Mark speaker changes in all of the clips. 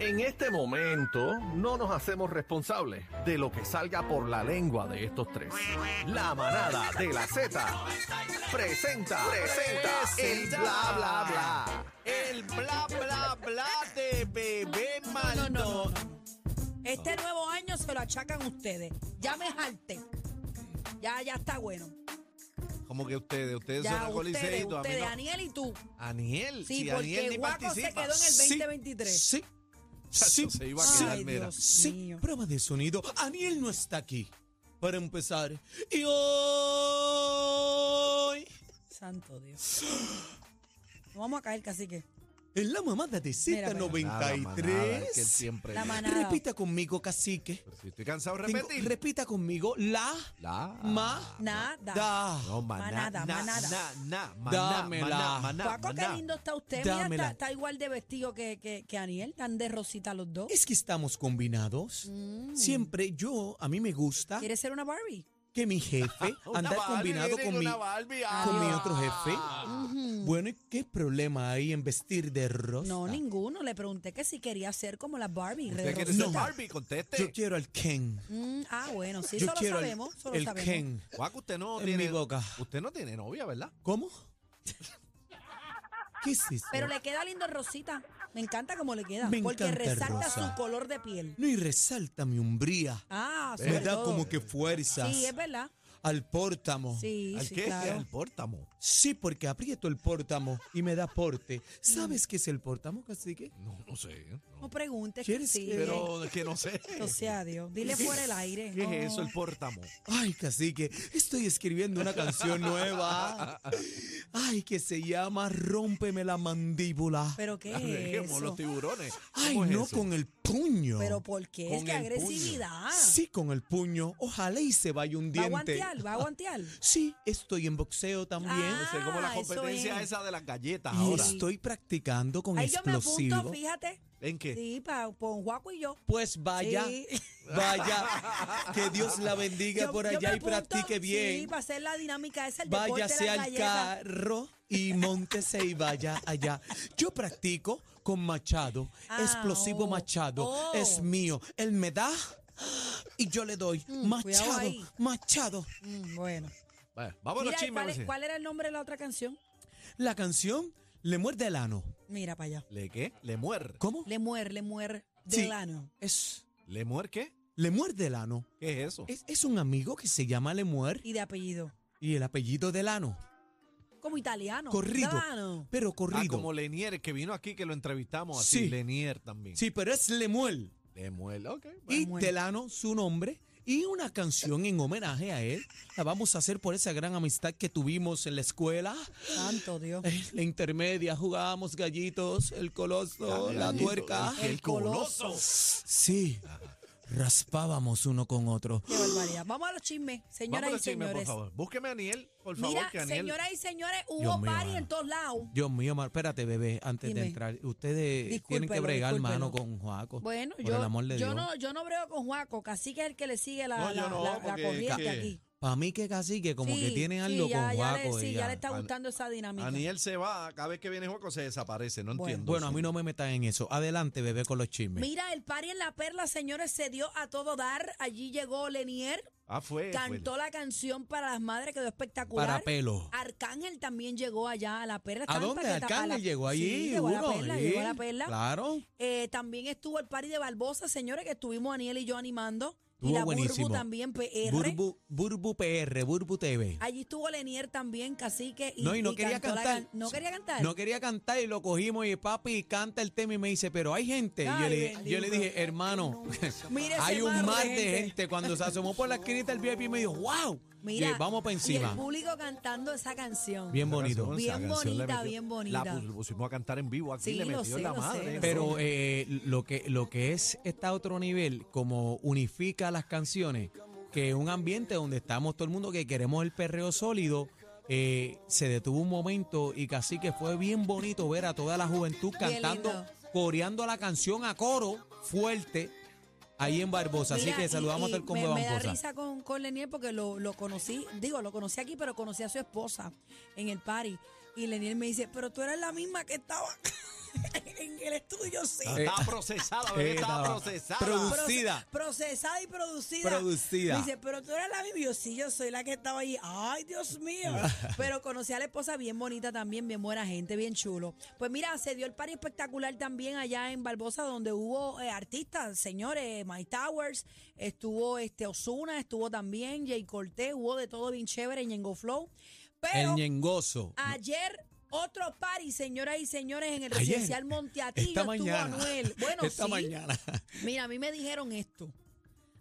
Speaker 1: En este momento no nos hacemos responsables de lo que salga por la lengua de estos tres. La manada de la Z presenta, presenta el bla bla bla.
Speaker 2: El bla bla bla de bebé
Speaker 3: No,
Speaker 2: Maldonado.
Speaker 3: no, no, no. Este nuevo año se lo achacan ustedes. Ya me jalte. Ya, ya está bueno.
Speaker 2: Como que ustedes, ustedes son
Speaker 3: Ya ustedes,
Speaker 2: alcoholiceitos. A mí
Speaker 3: ustedes,
Speaker 2: no.
Speaker 3: Aniel y tú.
Speaker 2: Aniel,
Speaker 3: Sí,
Speaker 2: si
Speaker 3: porque
Speaker 2: Aniel ni
Speaker 3: Guaco se
Speaker 2: participa.
Speaker 3: quedó en el
Speaker 4: Sí,
Speaker 3: 2023.
Speaker 4: Sí.
Speaker 2: Chacho,
Speaker 4: Sí,
Speaker 2: se iba a
Speaker 4: sí,
Speaker 2: quedar,
Speaker 3: Ay,
Speaker 2: mira.
Speaker 3: Dios
Speaker 4: sí.
Speaker 3: mío.
Speaker 4: Prueba de sonido. Aniel no está aquí. Para empezar. Y hoy.
Speaker 3: Santo Dios. Nos vamos a caer, cacique.
Speaker 4: En la mamada de
Speaker 3: Mira,
Speaker 1: Nada,
Speaker 3: pero-
Speaker 1: manada, es que él
Speaker 4: Z93.
Speaker 2: Pues
Speaker 1: siempre
Speaker 3: La manada.
Speaker 4: Repita conmigo, cacique.
Speaker 1: Pero si estoy cansado de
Speaker 4: Tengo-
Speaker 1: repetir.
Speaker 4: repita conmigo. La.
Speaker 1: la
Speaker 4: Ma.
Speaker 3: Nada.
Speaker 4: Da.
Speaker 1: no, maná,
Speaker 3: Manada,
Speaker 1: na,
Speaker 3: manada.
Speaker 1: na, na, maná,
Speaker 4: Dámela.
Speaker 1: maná, maná,
Speaker 3: Guaco, qué
Speaker 1: maná.
Speaker 3: lindo está usted. Mira,
Speaker 4: Dámela.
Speaker 3: está, está igual de vestido que, que, que Aniel. Tan de rosita los dos.
Speaker 4: Es que estamos combinados.
Speaker 3: Mm.
Speaker 4: Siempre yo, a mí me gusta
Speaker 3: ¿Quieres ser una Barbie?
Speaker 4: que mi jefe
Speaker 1: Una
Speaker 4: andar
Speaker 1: Barbie,
Speaker 4: combinado
Speaker 1: viene
Speaker 4: con mi,
Speaker 1: una Barbie, ah.
Speaker 4: con mi otro jefe.
Speaker 3: Ujú.
Speaker 4: Bueno, ¿y qué problema hay en vestir de rosa?
Speaker 3: No, ninguno. Le pregunté que si quería ser como las Barbie. de
Speaker 1: ¿Usted quiere
Speaker 3: rosita.
Speaker 1: ser Barbie? Conteste.
Speaker 4: Yo quiero al Ken.
Speaker 3: Mm, ah, bueno, sí,
Speaker 4: Yo
Speaker 3: eso lo
Speaker 4: quiero el-
Speaker 3: sabemos. eso lo
Speaker 4: el
Speaker 3: sabemos.
Speaker 4: Ken.
Speaker 1: Guaco, usted no
Speaker 4: En
Speaker 1: tiene.
Speaker 4: mi boca.
Speaker 1: Usted no tiene novia, ¿verdad?
Speaker 4: ¿Cómo? ¿Qué es eso?
Speaker 3: Pero le queda lindo el rosita. Me encanta cómo le queda.
Speaker 4: Me
Speaker 3: porque
Speaker 4: encanta el
Speaker 3: resalta
Speaker 4: rosa.
Speaker 3: su color de piel.
Speaker 4: No, y resalta mi umbría.
Speaker 3: Ah,
Speaker 4: Me
Speaker 3: sobre
Speaker 4: da
Speaker 3: todo.
Speaker 4: como que fuerzas
Speaker 3: Sí, es verdad.
Speaker 4: al pórtamo.
Speaker 3: Sí,
Speaker 1: ¿Al
Speaker 3: sí,
Speaker 1: qué?
Speaker 3: claro.
Speaker 1: Al pórtamo.
Speaker 4: Sí, porque aprieto el pórtamo y me da
Speaker 3: Mm.
Speaker 4: porte. ¿Sabes qué es el pórtamo, cacique?
Speaker 1: No, no sé. no.
Speaker 3: No preguntes que
Speaker 4: ¿Quieres
Speaker 3: sí.
Speaker 4: que-
Speaker 1: Pero es que no sé.
Speaker 3: O sea, Dios. Dile fuera el aire.
Speaker 1: ¿Qué
Speaker 3: Eh, No.
Speaker 1: es eso, el pórtamo?
Speaker 4: Ay, cacique, estoy escribiendo una canción nueva. Ay, que se llama Rómpeme la mandíbula.
Speaker 3: ¿Pero qué es
Speaker 1: Como los
Speaker 3: eso?
Speaker 1: tiburones.
Speaker 4: Ay,
Speaker 1: ¿Cómo es
Speaker 4: no
Speaker 1: eso?
Speaker 4: con el puño.
Speaker 3: ¿Pero ah. por qué? Es
Speaker 1: Con
Speaker 3: que
Speaker 1: el
Speaker 3: agresividad.
Speaker 4: Sí, con el puño. Ojalá y se vaya un
Speaker 3: Va a
Speaker 4: diente.
Speaker 3: guantear, va a guantear.
Speaker 4: Sí, estoy en boxeo también.
Speaker 1: No sé, como la
Speaker 3: Ah, eso
Speaker 1: competencia
Speaker 3: es.
Speaker 1: esa de las galletas
Speaker 4: y
Speaker 1: ahora.
Speaker 4: estoy practicando con
Speaker 3: Ahí yo me apunto,
Speaker 4: explosivos.
Speaker 3: fíjate.
Speaker 1: ¿En qué?
Speaker 3: Sí, pa, con Juaco y yo.
Speaker 4: Pues vaya,
Speaker 3: Sí.
Speaker 4: vaya, que Dios la bendiga
Speaker 3: Yo-
Speaker 4: por
Speaker 3: yo me
Speaker 4: allá y
Speaker 3: apunto,
Speaker 4: practique
Speaker 3: Sí,
Speaker 4: bien.
Speaker 3: para hacer la dinámica esa, el deporte
Speaker 4: Váyase
Speaker 3: de las
Speaker 4: al
Speaker 3: galletas.
Speaker 4: carro y montese y vaya allá. Yo practico con Machado,
Speaker 3: Ah,
Speaker 4: explosivo
Speaker 3: oh,
Speaker 4: Machado,
Speaker 3: oh.
Speaker 4: es mío. Él me da y yo le doy.
Speaker 3: Mm, cuidado
Speaker 4: machado,
Speaker 3: ahí.
Speaker 4: Machado.
Speaker 3: Mm, bueno.
Speaker 1: Vaya, vamos a los
Speaker 3: Mira, ¿y
Speaker 1: chismes.
Speaker 3: ¿cuál,
Speaker 1: Lucy.
Speaker 3: es- cuál era el nombre de la otra canción?
Speaker 4: La canción le muerde el ano.
Speaker 3: Mira para allá.
Speaker 1: ¿Le qué? ¿Le muer?
Speaker 4: ¿Cómo?
Speaker 3: Le muer, le muer
Speaker 4: Sí.
Speaker 3: del ano.
Speaker 4: Es
Speaker 1: ¿Le muer qué?
Speaker 4: Le muerde el ano.
Speaker 1: ¿Qué es eso? Ah,
Speaker 4: Es, es un amigo que se llama Lemuer
Speaker 3: Y de apellido.
Speaker 4: y el apellido del ano.
Speaker 3: Como italiano.
Speaker 4: Corrido.
Speaker 3: Italiano.
Speaker 4: Pero
Speaker 1: Ah,
Speaker 4: corrido.
Speaker 1: como Lenier, que vino aquí, que lo entrevistamos así.
Speaker 4: Sí.
Speaker 1: Lenier también.
Speaker 4: Sí, pero es Lemuel.
Speaker 1: Le muer, ok. bueno.
Speaker 4: Y
Speaker 3: Lemuel.
Speaker 4: del ano su nombre. Y una canción en homenaje a él. La vamos a hacer por esa gran amistad que tuvimos en la escuela.
Speaker 3: Santo Dios.
Speaker 4: En la intermedia jugábamos gallitos, el coloso,
Speaker 1: Dale,
Speaker 4: la
Speaker 1: Daniel,
Speaker 4: tuerca.
Speaker 1: El, el coloso.
Speaker 4: Sí, raspábamos uno con otro.
Speaker 3: Qué barbaridad. Vamos a los chismes, señoras
Speaker 1: Vamos a los
Speaker 3: y
Speaker 1: chismes,
Speaker 3: señores.
Speaker 1: por favor. Búsqueme a Aniel, por favor, que
Speaker 3: Mira,
Speaker 1: Aniel.
Speaker 3: señoras y señores, hubo
Speaker 4: Dios mío,
Speaker 3: party en
Speaker 4: mano.
Speaker 3: todos lados.
Speaker 4: Dios mío, Mar, espérate, bebé, antes
Speaker 3: Dime.
Speaker 4: de entrar. Ustedes tienen que
Speaker 3: Discúlpelo,
Speaker 4: bregar,
Speaker 3: discúlpelo.
Speaker 4: mano, con Joaco.
Speaker 3: Bueno,
Speaker 4: por
Speaker 3: yo,
Speaker 4: el amor de
Speaker 3: yo
Speaker 4: Dios.
Speaker 3: no, yo no brego con Juaco, casi que es el que le sigue la,
Speaker 1: No, yo
Speaker 3: la-
Speaker 1: no,
Speaker 3: la- la
Speaker 1: porque-
Speaker 3: corriente
Speaker 1: que-
Speaker 3: aquí.
Speaker 4: Para mí que casi que como que
Speaker 3: Sí,
Speaker 4: tiene
Speaker 3: sí,
Speaker 4: algo
Speaker 3: ya-
Speaker 4: con
Speaker 3: ya le-
Speaker 4: Juaco.
Speaker 3: sí,
Speaker 4: ella.
Speaker 3: ya le está
Speaker 1: An-
Speaker 3: gustando esa dinámica.
Speaker 1: Aniel se va, cada vez que viene Juaco se desaparece, no
Speaker 3: Bueno.
Speaker 1: entiendo.
Speaker 4: Bueno, a
Speaker 1: eso.
Speaker 4: mí no me metan en eso. Adelante, bebé, con los chismes.
Speaker 3: Mira, el party en la perla, señores, se dio a todo dar. Allí llegó Lenier,
Speaker 1: Ah, fue. fue.
Speaker 3: cantó la canción para las madres, quedó espectacular.
Speaker 4: Para pelo.
Speaker 3: Arcángel también llegó allá a la perla.
Speaker 4: ¿A
Speaker 3: Estaban
Speaker 4: dónde?
Speaker 3: paqueta- a la-
Speaker 4: Arcángel llegó allí.
Speaker 3: Sí, llegó a la
Speaker 4: duro,
Speaker 3: perla,
Speaker 4: sí.
Speaker 3: llegó a la perla.
Speaker 4: Claro.
Speaker 3: Eh, también estuvo el party de Barbosa, señores, que estuvimos Aniel y yo animando. y
Speaker 4: Estuvo
Speaker 3: la
Speaker 4: buenísimo.
Speaker 3: Burbu también, PR.
Speaker 4: Burbu, Burbu PR, Burbu TV.
Speaker 3: Allí estuvo Lenier también, cacique.
Speaker 4: no, y no quería
Speaker 3: cantó la
Speaker 4: cantar.
Speaker 3: can- No quería cantar.
Speaker 4: No quería cantar y lo cogimos y papi canta el tema y me dice, pero hay gente. Y yo,
Speaker 3: Ay,
Speaker 4: le, yo le
Speaker 3: bendito.
Speaker 4: dije, hermano,
Speaker 3: Mire ese
Speaker 4: hay un
Speaker 3: mar de
Speaker 4: mar de
Speaker 3: gente.
Speaker 4: gente. Cuando se asomó por la esquinita el VIP me dijo, wow,
Speaker 3: Mira,
Speaker 4: Bien, vamos pa' encima.
Speaker 3: Y el público cantando esa canción.
Speaker 4: Bien bonito.
Speaker 3: Bien
Speaker 1: Esa canción le
Speaker 3: bonita,
Speaker 1: metió-
Speaker 3: bien bonita.
Speaker 1: La pus- pusimos a cantar en vivo aquí,
Speaker 3: Sí,
Speaker 1: le
Speaker 3: lo
Speaker 1: metió
Speaker 3: sé,
Speaker 1: la
Speaker 3: lo sé,
Speaker 1: madre.
Speaker 3: lo
Speaker 4: Pero eh, lo, que, lo que es está a otro nivel, como unifica las canciones, que es un ambiente donde estamos todo el mundo que queremos el perreo sólido, eh, se detuvo un momento y casi que fue bien bonito ver a toda la juventud
Speaker 3: Bien
Speaker 4: cantando,
Speaker 3: lindo.
Speaker 4: coreando la canción a coro fuerte ahí en Barbosa. Así
Speaker 3: Mira,
Speaker 4: que
Speaker 3: y-
Speaker 4: saludamos
Speaker 3: y
Speaker 4: al combo
Speaker 3: me,
Speaker 4: de
Speaker 3: me da
Speaker 4: Barbosa.
Speaker 3: risa con, con Leniel porque lo, lo conocí, digo, lo conocí aquí, pero conocí a su esposa en el party. Y Leniel me dice, pero tú eres la misma que estaba en el estudio, sí.
Speaker 4: Eh,
Speaker 2: Estaba procesada, bebé,
Speaker 4: eh,
Speaker 2: estaba
Speaker 4: estaba
Speaker 2: procesada.
Speaker 4: produ-
Speaker 3: Proce-
Speaker 4: producida.
Speaker 3: procesada y producida.
Speaker 4: Producida.
Speaker 3: Me dice, pero tú eres la misma. Y yo, sí, yo soy la que estaba allí. Ay, Dios mío. pero conocí a la esposa bien bonita también, bien buena gente, bien chulo. Pues mira, se dio el party espectacular también allá en Barbosa, donde hubo eh, artistas, señores, My Towers, estuvo este Osuna, estuvo también Jay Cortés, hubo de todo bien chévere, Ñengo Flow.
Speaker 4: El
Speaker 3: Pero
Speaker 4: ñengoso.
Speaker 3: ayer... Otro party, señoras y señores, en el
Speaker 4: Ayer.
Speaker 3: residencial Monteatillo
Speaker 4: Esta
Speaker 3: estuvo
Speaker 4: mañana.
Speaker 3: Anuel. Bueno,
Speaker 4: Esta
Speaker 3: sí.
Speaker 4: mañana.
Speaker 3: Mira, a mí me dijeron esto.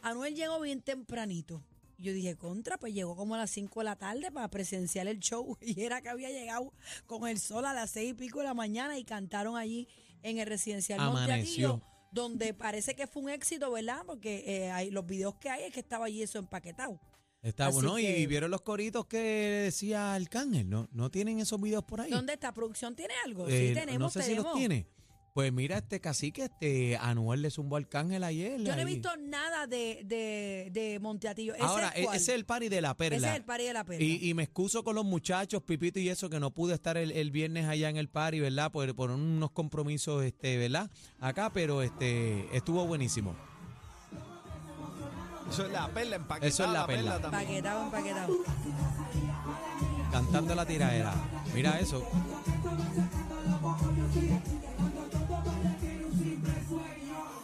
Speaker 3: Anuel llegó bien tempranito. Yo dije, contra, pues llegó como a las 5 de la tarde para presenciar el show. Y era que había llegado con el sol a las 6 y pico de la mañana y cantaron allí en el residencial
Speaker 4: Amaneció.
Speaker 3: Monteatillo, donde parece que fue un éxito, ¿verdad? Porque eh, hay, los videos que hay es que estaba allí eso empaquetado.
Speaker 4: Está
Speaker 3: Así
Speaker 4: bueno.
Speaker 3: que-
Speaker 4: Y vieron los coritos que decía Arcángel, ¿no? ¿No tienen esos videos por ahí?
Speaker 3: ¿Dónde está? ¿Producción tiene algo?
Speaker 4: Eh,
Speaker 3: sí,
Speaker 4: no-
Speaker 3: tenemos,
Speaker 4: no sé si
Speaker 3: tenemos.
Speaker 4: los tiene. Pues mira, este cacique, este Anuel le zumbó al cángel ayer.
Speaker 3: Yo no he
Speaker 4: ahí.
Speaker 3: visto nada de, de, de Monteatillo. ¿Ese
Speaker 4: Ahora,
Speaker 3: es
Speaker 4: e-
Speaker 3: cuál?
Speaker 4: ese es el party de la perla.
Speaker 3: Ese es el party de la perla.
Speaker 4: Y, y me excuso con los muchachos, Pipito y eso, que no pude estar el, el viernes allá en el party, ¿verdad? Por, por unos compromisos, este, ¿verdad? Acá, pero este estuvo buenísimo.
Speaker 2: Eso es la perla empaquetada.
Speaker 4: Eso es la perla.
Speaker 2: también.
Speaker 3: Empaquetado, empaquetado.
Speaker 4: Cantando la tiradera. Mira eso.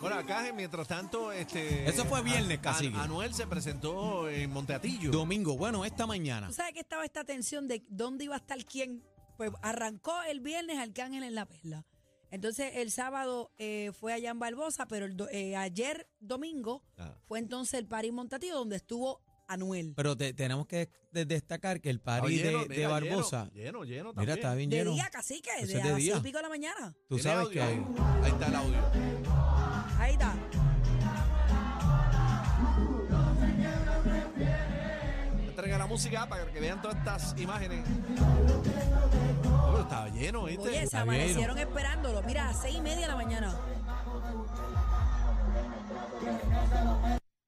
Speaker 2: Bueno, acá, eh, mientras tanto, este...
Speaker 4: Eso fue viernes,
Speaker 2: An-
Speaker 4: cacique.
Speaker 2: Anuel se presentó en Monteatillo.
Speaker 4: Domingo, bueno, esta mañana.
Speaker 3: ¿Tú sabes que estaba esta tensión de dónde iba a estar quién? Pues arrancó el viernes Arcángel en la perla. Entonces el sábado eh, fue allá en Barbosa, pero el do- eh, ayer domingo
Speaker 2: Ah.
Speaker 3: fue entonces el París Montatillo donde estuvo Anuel.
Speaker 4: Pero te- tenemos que de- destacar que el
Speaker 2: Estaba
Speaker 4: party
Speaker 2: lleno,
Speaker 4: de, de
Speaker 2: mira,
Speaker 4: Barbosa.
Speaker 2: Lleno, lleno, lleno
Speaker 4: mira,
Speaker 2: también.
Speaker 4: está bien
Speaker 3: De
Speaker 4: lleno.
Speaker 3: día, cacique,
Speaker 4: Eso
Speaker 3: de,
Speaker 4: Pues es de
Speaker 3: a las
Speaker 4: día.
Speaker 3: seis y pico de la mañana.
Speaker 4: Tú
Speaker 2: Tiene
Speaker 4: sabes
Speaker 2: audio
Speaker 4: que hay.
Speaker 2: ahí. Ahí está el audio.
Speaker 3: Ahí está.
Speaker 2: Entrega la música para que vean todas estas imágenes. Oh, pero estaba lleno, ¿viste?
Speaker 3: Oye, se
Speaker 4: Está bien.
Speaker 3: amanecieron esperándolo. Mira, a seis y media de la mañana.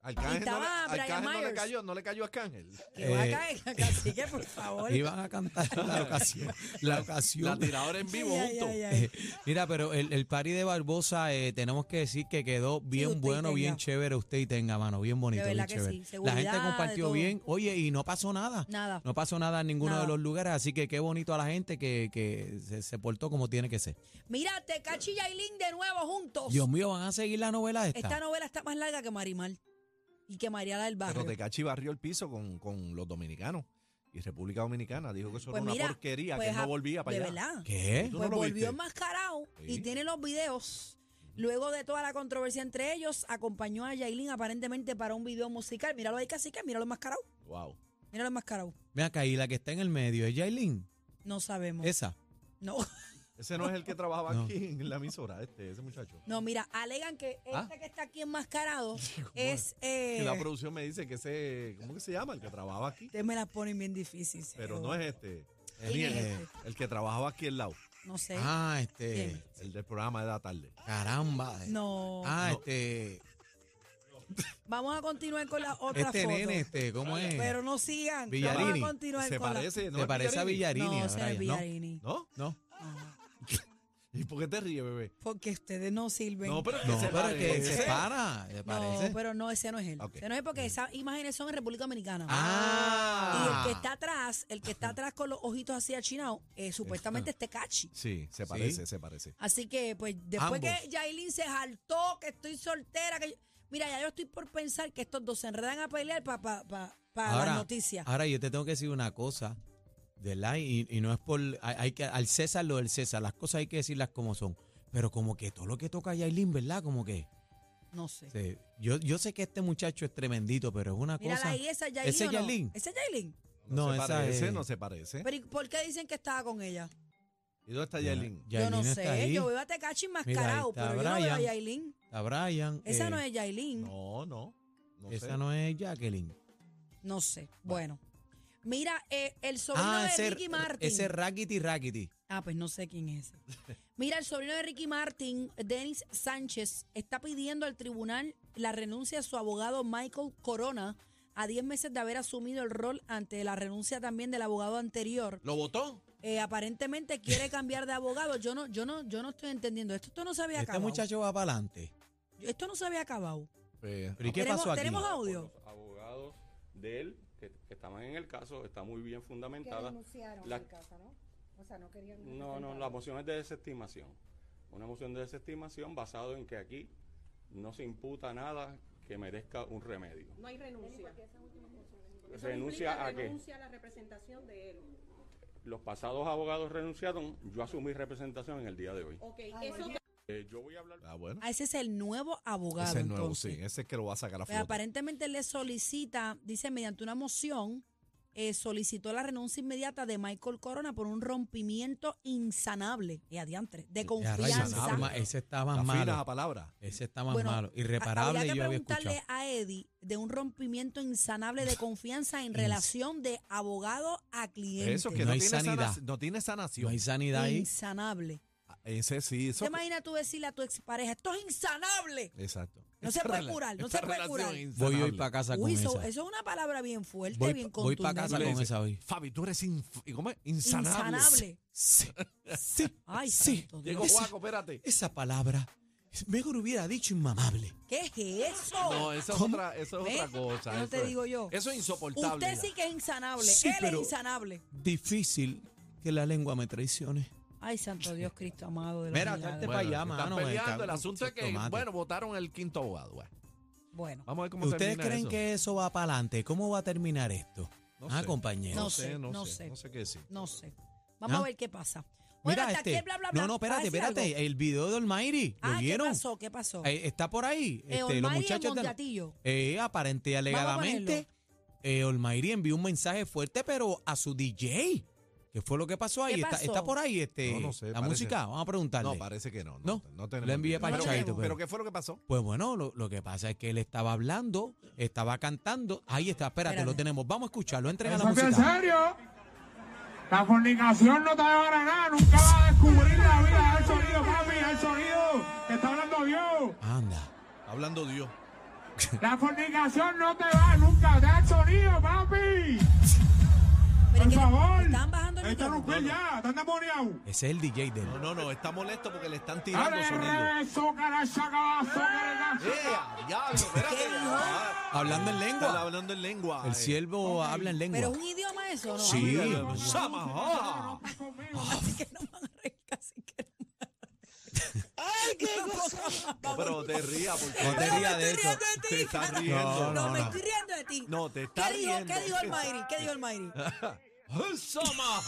Speaker 2: Arcángel
Speaker 3: estaba
Speaker 2: no, le,
Speaker 3: Brian
Speaker 2: Arcángel no le
Speaker 3: Myers.
Speaker 2: cayó, no le cayó a Arcángel.
Speaker 3: Que va a
Speaker 4: Eh.
Speaker 3: caer, cacique, por favor.
Speaker 4: Iban a cantar la ocasión. La ocasión.
Speaker 2: La tiradora en vivo
Speaker 3: Ay, ay,
Speaker 2: junto.
Speaker 3: ay, ay.
Speaker 4: Eh, Mira, pero el, el party de Barbosa, eh, tenemos que decir que quedó bien
Speaker 3: usted y
Speaker 4: bueno, bien
Speaker 3: tenga.
Speaker 4: chévere usted y tenga, mano, bien bonito,
Speaker 3: De
Speaker 4: bien
Speaker 3: verdad que
Speaker 4: chévere.
Speaker 3: sí,
Speaker 4: la gente
Speaker 3: seguridad, de
Speaker 4: compartió
Speaker 3: todo.
Speaker 4: bien, oye, y no pasó nada.
Speaker 3: Nada.
Speaker 4: No pasó nada en ninguno
Speaker 3: Nada.
Speaker 4: de los lugares, así que qué bonito a la gente que, que se, se portó como tiene que ser.
Speaker 3: Mira, Tecachi y Yailin de nuevo juntos.
Speaker 4: Dios mío, ¿van a seguir la novela esta?
Speaker 3: Esta novela está más larga que Marimar y que María la del Barrio.
Speaker 2: Pero Tecachi barrió el piso con, con los dominicanos y República Dominicana. Dijo que eso
Speaker 3: Pues
Speaker 2: era
Speaker 3: mira,
Speaker 2: una porquería,
Speaker 3: pues
Speaker 2: que él no
Speaker 3: a-
Speaker 2: volvía para
Speaker 3: de
Speaker 2: allá. ¿Eh?
Speaker 3: verdad.
Speaker 4: ¿Qué?
Speaker 2: ¿Tú no
Speaker 3: Pues
Speaker 2: lo
Speaker 3: volvió
Speaker 2: viste?
Speaker 3: enmascarado y
Speaker 2: Sí.
Speaker 3: tiene los videos. Luego de toda la controversia entre ellos, acompañó a Yailin aparentemente para un video musical. Míralo ahí, cacique, míralo enmascarado.
Speaker 2: Wow.
Speaker 3: Míralo enmascarado.
Speaker 4: Mira acá, y la que está en el medio es Yailin,
Speaker 3: No sabemos.
Speaker 4: esa.
Speaker 3: No,
Speaker 2: Ese no es el que trabajaba
Speaker 4: No.
Speaker 2: aquí en la emisora, este, ese muchacho.
Speaker 3: no, mira, alegan que
Speaker 2: Ah.
Speaker 3: este que está aquí enmascarado
Speaker 2: ¿cómo
Speaker 3: es.
Speaker 2: Que
Speaker 3: Eh,
Speaker 2: la producción me dice que ese, ¿cómo que se llama? El que trabajaba aquí.
Speaker 3: ustedes me la ponen bien difícil.
Speaker 2: Pero
Speaker 3: seguro.
Speaker 2: no es este. Es
Speaker 3: ¿Quién
Speaker 2: ni
Speaker 3: es
Speaker 2: el-
Speaker 3: este?
Speaker 2: el que trabajaba aquí al lado.
Speaker 3: No sé.
Speaker 4: Ah, este,
Speaker 3: ¿Quién?
Speaker 2: El del programa de la tarde.
Speaker 4: caramba. eh.
Speaker 3: No.
Speaker 4: Ah,
Speaker 2: No.
Speaker 4: este,
Speaker 3: Vamos a continuar con la otra
Speaker 4: este
Speaker 3: foto.
Speaker 4: nene, este, ¿cómo es?
Speaker 3: Pero no sigan.
Speaker 4: Villarini.
Speaker 3: Vamos a continuar
Speaker 2: Se
Speaker 3: con la-
Speaker 2: parece, ¿no?
Speaker 4: se
Speaker 2: es
Speaker 4: parece a Villarini.
Speaker 3: No,
Speaker 4: a
Speaker 3: ese no es
Speaker 4: Brian, ¿no?
Speaker 3: Villarini.
Speaker 2: ¿No?
Speaker 4: No.
Speaker 3: No,
Speaker 2: ¿Y por qué te ríes, bebé?
Speaker 3: Porque ustedes no sirven.
Speaker 2: No, pero,
Speaker 4: No, pero es que
Speaker 2: parece.
Speaker 4: se para, se parece.
Speaker 3: No, pero no, ese no es él.
Speaker 2: Ok.
Speaker 3: Ese no es porque esas imágenes son en República Dominicana.
Speaker 4: Ah.
Speaker 3: Y el que está atrás, el que está atrás con los ojitos así achinados, eh, supuestamente es Tecachi.
Speaker 2: Sí, se parece, se parece.
Speaker 3: Así que, pues, después que
Speaker 4: Ambos.
Speaker 3: Yailin se jaltó, que estoy soltera, que yo- Mira, ya yo estoy por pensar que estos dos se enredan a pelear para pa, pa, pa las noticias.
Speaker 4: Ahora ah, yo te tengo que decir una cosa, ¿verdad? Y, y no es por. Hay, hay que, al César lo del César, las cosas hay que decirlas como son. Pero como que todo lo que toca a Yailin, ¿verdad? Como que.
Speaker 3: No sé.
Speaker 4: Sí. Yo, yo sé que este muchacho es tremendito, pero es una
Speaker 3: Mírala
Speaker 4: cosa.
Speaker 3: ahí, esa es Yailin.
Speaker 4: ¿Ese
Speaker 3: o no?
Speaker 4: Yailin? ¿Eh?
Speaker 3: ¿Esa es Yailin?
Speaker 4: No,
Speaker 2: se
Speaker 4: esa
Speaker 2: parece,
Speaker 4: es-
Speaker 2: no se parece.
Speaker 3: ¿Pero ¿y por qué dicen que estaba con ella?
Speaker 2: ¿Y dónde está Yailin?
Speaker 3: yo no
Speaker 4: Yailin
Speaker 3: sé,
Speaker 4: está ahí,
Speaker 3: yo veo a Tecachi enmascarado,
Speaker 4: Mira,
Speaker 3: pero
Speaker 4: ahí está
Speaker 3: yo no veo a
Speaker 4: Brian.
Speaker 3: Yailin.
Speaker 4: está Brian.
Speaker 3: Esa
Speaker 4: eh,
Speaker 3: no es Yailin.
Speaker 2: No,
Speaker 3: No,
Speaker 2: no. no
Speaker 4: esa
Speaker 2: sé.
Speaker 4: no es Jacqueline.
Speaker 3: sé. Bueno. Mira, eh, el sobrino de Ricky Martin.
Speaker 4: Ah, ese Rackety Rackety.
Speaker 3: Ah, pues no sé quién es ese. Mira, el sobrino de Ricky Martin, Denis Sánchez, está pidiendo al tribunal la renuncia de su abogado Michael Corona a 10 meses de haber asumido el rol ante la renuncia también del abogado anterior.
Speaker 2: ¿Lo votó?
Speaker 3: Eh, aparentemente quiere cambiar de abogado. Yo no, yo no, yo no estoy entendiendo. Esto, esto no se había
Speaker 4: Este
Speaker 3: acabado.
Speaker 4: muchacho va para adelante.
Speaker 3: Esto no se había acabado.
Speaker 4: ¿Pero y qué
Speaker 3: ¿Tenemos,
Speaker 4: pasó aquí?
Speaker 3: tenemos audio.
Speaker 5: Los abogados de él, que, que estaban en el caso, está muy bien
Speaker 6: que
Speaker 5: fundamentada.
Speaker 6: denunciaron
Speaker 5: La-
Speaker 6: en casa, ¿no? O sea, no querían...
Speaker 5: No, no, la moción es de desestimación. Una moción de desestimación basado en que aquí no se imputa nada que merezca un remedio.
Speaker 7: No hay renuncia. Eso
Speaker 5: Renuncia
Speaker 7: implica
Speaker 5: a que
Speaker 7: Renuncia a la representación de él.
Speaker 5: los pasados abogados renunciaron, yo asumí representación en el día de hoy.
Speaker 7: Ok,
Speaker 6: Ah,
Speaker 7: eso
Speaker 6: bueno.
Speaker 5: Eh, yo voy a hablar
Speaker 2: Ah, bueno.
Speaker 3: Ah, ese es el nuevo abogado.
Speaker 2: ese es nuevo,
Speaker 3: entonces.
Speaker 2: sí. Ese es que lo va a sacar a
Speaker 3: Pues
Speaker 2: flote.
Speaker 3: aparentemente le solicita, dice mediante una moción, eh, solicitó la renuncia inmediata de Michael Corona por un rompimiento insanable, y adiantre, de
Speaker 4: Ya,
Speaker 3: confianza.
Speaker 4: rayos,
Speaker 2: Sanabria.
Speaker 4: ese ma- ese está más
Speaker 2: La fina esa
Speaker 4: malo.
Speaker 2: palabra.
Speaker 4: Ese está más
Speaker 3: Bueno,
Speaker 4: malo.
Speaker 3: Habría
Speaker 4: Irreparable
Speaker 3: que
Speaker 4: yo había
Speaker 3: preguntarle
Speaker 4: escuchado.
Speaker 3: a Eddie de un rompimiento insanable de confianza en relación de abogado a cliente.
Speaker 2: Eso que
Speaker 4: No
Speaker 2: no,
Speaker 4: hay
Speaker 2: tiene
Speaker 4: sanidad.
Speaker 2: sana- no tiene
Speaker 4: No
Speaker 2: sanación. Ah,
Speaker 4: hay sanidad ahí.
Speaker 3: Insanable.
Speaker 2: Ese sí,
Speaker 3: ¿Te
Speaker 2: eso.
Speaker 3: imaginas tú decirle a tu expareja, esto es insanable?
Speaker 2: Exacto.
Speaker 3: No se
Speaker 2: Esta
Speaker 3: puede
Speaker 2: rela-
Speaker 3: curar, no
Speaker 2: esta
Speaker 3: se puede
Speaker 2: relación
Speaker 3: curar.
Speaker 2: es
Speaker 4: Voy hoy
Speaker 2: insanable.
Speaker 4: para casa con
Speaker 3: Uy, eso,
Speaker 4: esa.
Speaker 3: eso es una palabra bien fuerte,
Speaker 4: Voy-
Speaker 3: bien
Speaker 4: voy pa'
Speaker 3: contundente.
Speaker 4: casa
Speaker 2: Tú le
Speaker 4: con
Speaker 2: dices,
Speaker 4: esa hoy.
Speaker 2: Fabi, tú eres inf- ¿cómo es? insanable.
Speaker 3: Insanable.
Speaker 4: Sí, sí,
Speaker 3: Ay,
Speaker 4: sí.
Speaker 3: santo Dios.
Speaker 2: Llegó Guaco, espérate.
Speaker 4: Esa palabra, mejor hubiera dicho inmamable.
Speaker 3: ¿Qué es eso?
Speaker 2: No, eso es otra, eso es
Speaker 3: ¿Ves?
Speaker 2: otra cosa.
Speaker 3: No
Speaker 2: eso
Speaker 3: te
Speaker 2: es-
Speaker 3: digo yo.
Speaker 2: Eso es insoportable.
Speaker 3: Usted sí
Speaker 2: mira.
Speaker 3: que es insanable.
Speaker 4: Sí,
Speaker 3: Él
Speaker 4: pero-
Speaker 3: es insanable.
Speaker 4: Difícil que la lengua me traicione.
Speaker 3: Ay, santo Dios Cristo amado de los
Speaker 4: Mira,
Speaker 3: milagros.
Speaker 4: salte para allá,
Speaker 2: están
Speaker 4: mano.
Speaker 2: peleando.
Speaker 4: están
Speaker 2: El asunto es que,
Speaker 4: tomate.
Speaker 2: bueno, votaron el quinto abogado. bueno.
Speaker 3: Bueno,
Speaker 2: Vamos a ver cómo
Speaker 4: ¿Ustedes
Speaker 2: termina
Speaker 4: creen
Speaker 2: eso.
Speaker 4: que eso va para adelante? ¿Cómo va a terminar esto?
Speaker 2: No
Speaker 4: ah,
Speaker 2: sé.
Speaker 4: compañero.
Speaker 3: No sé, no sé.
Speaker 2: Eh, No sé qué decir.
Speaker 3: no sé. Vamos
Speaker 4: ¿Ah?
Speaker 3: a ver qué pasa. Bueno, hasta aquí el bla, bla, bla.
Speaker 4: este, No, no,
Speaker 3: ¿Vas a
Speaker 4: espérate,
Speaker 3: decir
Speaker 4: espérate.
Speaker 3: algo?
Speaker 4: El video de Almighty, ¿lo
Speaker 3: Ah,
Speaker 4: vieron?
Speaker 3: ¿qué pasó? ¿Qué pasó?
Speaker 4: Eh, está por ahí.
Speaker 3: Eh,
Speaker 4: este, los
Speaker 3: Olmairi en
Speaker 4: muchachos de-
Speaker 3: Monteatillo.
Speaker 4: Eh, aparente y alegadamente, eh, Olmairi envió un mensaje fuerte, pero a su DJ. ¿Qué fue lo que pasó ahí?
Speaker 3: ¿Qué
Speaker 4: Está,
Speaker 3: pasó?
Speaker 4: está por ahí este,
Speaker 2: No, no sé,
Speaker 4: la
Speaker 2: parece-
Speaker 4: música. Vamos a preguntarle.
Speaker 2: No, parece que no.
Speaker 4: No,
Speaker 2: No, no tenemos
Speaker 4: lo envié
Speaker 2: idea.
Speaker 4: para
Speaker 2: Pero
Speaker 3: Chaito,
Speaker 2: qué-
Speaker 4: pero-
Speaker 2: Pero ¿qué fue lo que pasó?
Speaker 4: Pues bueno, lo, lo que pasa es que él estaba hablando, estaba cantando. Ahí está, espérate,
Speaker 3: Espérate.
Speaker 4: lo tenemos. Vamos a escucharlo. Entrega la
Speaker 8: Eso es en
Speaker 4: música.
Speaker 8: serio. La fornicación no te llevará nada. Nunca vas a descubrir la vida. Es el sonido, papi. Es el sonido. Te está hablando Dios.
Speaker 4: Anda.
Speaker 2: Hablando Dios.
Speaker 8: La fornicación no te va nunca. Deja el sonido, papi.
Speaker 3: Pero es
Speaker 8: Por
Speaker 3: que le-
Speaker 8: favor.
Speaker 3: Están bajando el
Speaker 8: Esto es un
Speaker 3: retorno.
Speaker 8: pez ya. Están demoniados.
Speaker 4: Ese es el DJ de él.
Speaker 2: No, no, no. Está molesto porque le están tirando
Speaker 8: Dale,
Speaker 2: sonido.
Speaker 8: revés, zócala, chácala, zócala,
Speaker 2: ¡Eh! ¡Diablo! Espérate.
Speaker 3: ¿Qué dijo?
Speaker 2: Ah,
Speaker 4: Hablando en
Speaker 2: Está
Speaker 4: lengua.
Speaker 2: hablando en lengua.
Speaker 4: El
Speaker 2: eh.
Speaker 4: siervo habla en lengua.
Speaker 3: Pero es un idioma eso, ¿no?
Speaker 4: Sí.
Speaker 3: Ay,
Speaker 4: no.
Speaker 2: Sama, ah.
Speaker 8: está conmigo.
Speaker 3: Así que no me van a reír, casi que no me van a reír. ¡Ay, qué cosa!
Speaker 2: No, pero te rías porque
Speaker 4: No te
Speaker 3: No, me
Speaker 4: rías de
Speaker 3: estoy
Speaker 4: eso.
Speaker 3: riendo de ti.
Speaker 2: Te estás
Speaker 3: cara.
Speaker 2: riendo.
Speaker 3: No,
Speaker 4: No,
Speaker 3: me
Speaker 4: no.
Speaker 3: estoy riendo de ti.
Speaker 2: No, te estás
Speaker 3: ¿Qué dijo,
Speaker 2: riendo.
Speaker 3: ¿Qué dijo el Mayri? ¿Qué dijo el Mayri?
Speaker 2: Sama.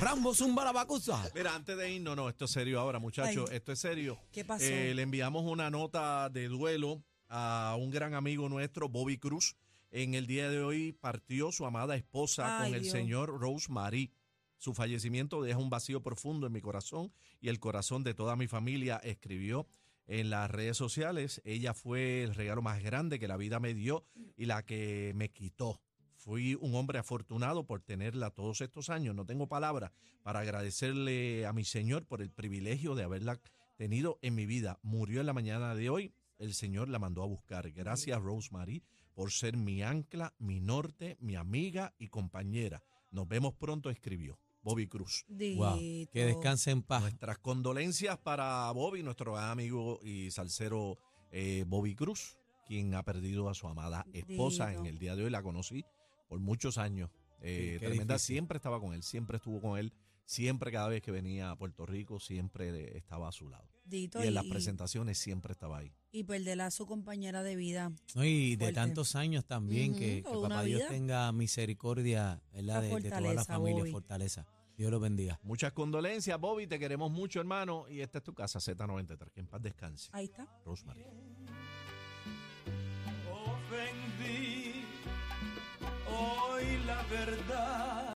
Speaker 4: Rambo zumba la bacusa.
Speaker 2: Mira, antes de irnos, no, esto es serio ahora, muchachos,
Speaker 3: Ay.
Speaker 2: esto es serio.
Speaker 3: ¿Qué pasó?
Speaker 2: Eh, le enviamos una nota de duelo a un gran amigo nuestro, Bobby Cruz. En el día de hoy partió su amada esposa
Speaker 3: Ay,
Speaker 2: con el
Speaker 3: Dios.
Speaker 2: señor Rosemary. Su fallecimiento deja un vacío profundo en mi corazón y el corazón de toda mi familia, escribió en las redes sociales. Ella fue el regalo más grande que la vida me dio y la que me quitó. Fui un hombre afortunado por tenerla todos estos años. No tengo palabras para agradecerle a mi Señor por el privilegio de haberla tenido en mi vida. Murió en la mañana de hoy. El Señor la mandó a buscar. Gracias, Rosemary, por ser mi ancla, mi norte, mi amiga y compañera. Nos vemos pronto, escribió Bobby Cruz.
Speaker 4: Wow. Que
Speaker 3: Dito.
Speaker 4: descanse en paz.
Speaker 2: Nuestras condolencias para Bobby, nuestro amigo y salsero eh, Bobby Cruz, quien ha perdido a su amada esposa
Speaker 3: Dito.
Speaker 2: en el día de hoy. La conocí por muchos años. Eh,
Speaker 4: Sí, qué
Speaker 2: tremenda,
Speaker 4: difícil.
Speaker 2: siempre estaba con él, siempre estuvo con él, siempre cada vez que venía a Puerto Rico, siempre estaba a su lado.
Speaker 3: Dito,
Speaker 2: Y en las
Speaker 3: y-
Speaker 2: presentaciones siempre estaba ahí.
Speaker 3: y perderá a su compañera de vida.
Speaker 4: No, y de
Speaker 3: Fuerte.
Speaker 4: tantos años también,
Speaker 3: Ujú,
Speaker 4: que, que
Speaker 3: toda una
Speaker 4: papá Dios
Speaker 3: vida.
Speaker 4: tenga misericordia ¿verdad?
Speaker 3: Esa
Speaker 4: De, de toda la
Speaker 3: fortaleza,
Speaker 4: familia,
Speaker 3: Bobby.
Speaker 4: fortaleza. Dios lo bendiga.
Speaker 1: Muchas condolencias, Bobby. Te queremos mucho, hermano. Y esta es tu casa, Z93. Que en paz descanse.
Speaker 3: Ahí está.
Speaker 1: Rosemary.
Speaker 9: Ofendí hoy la verdad.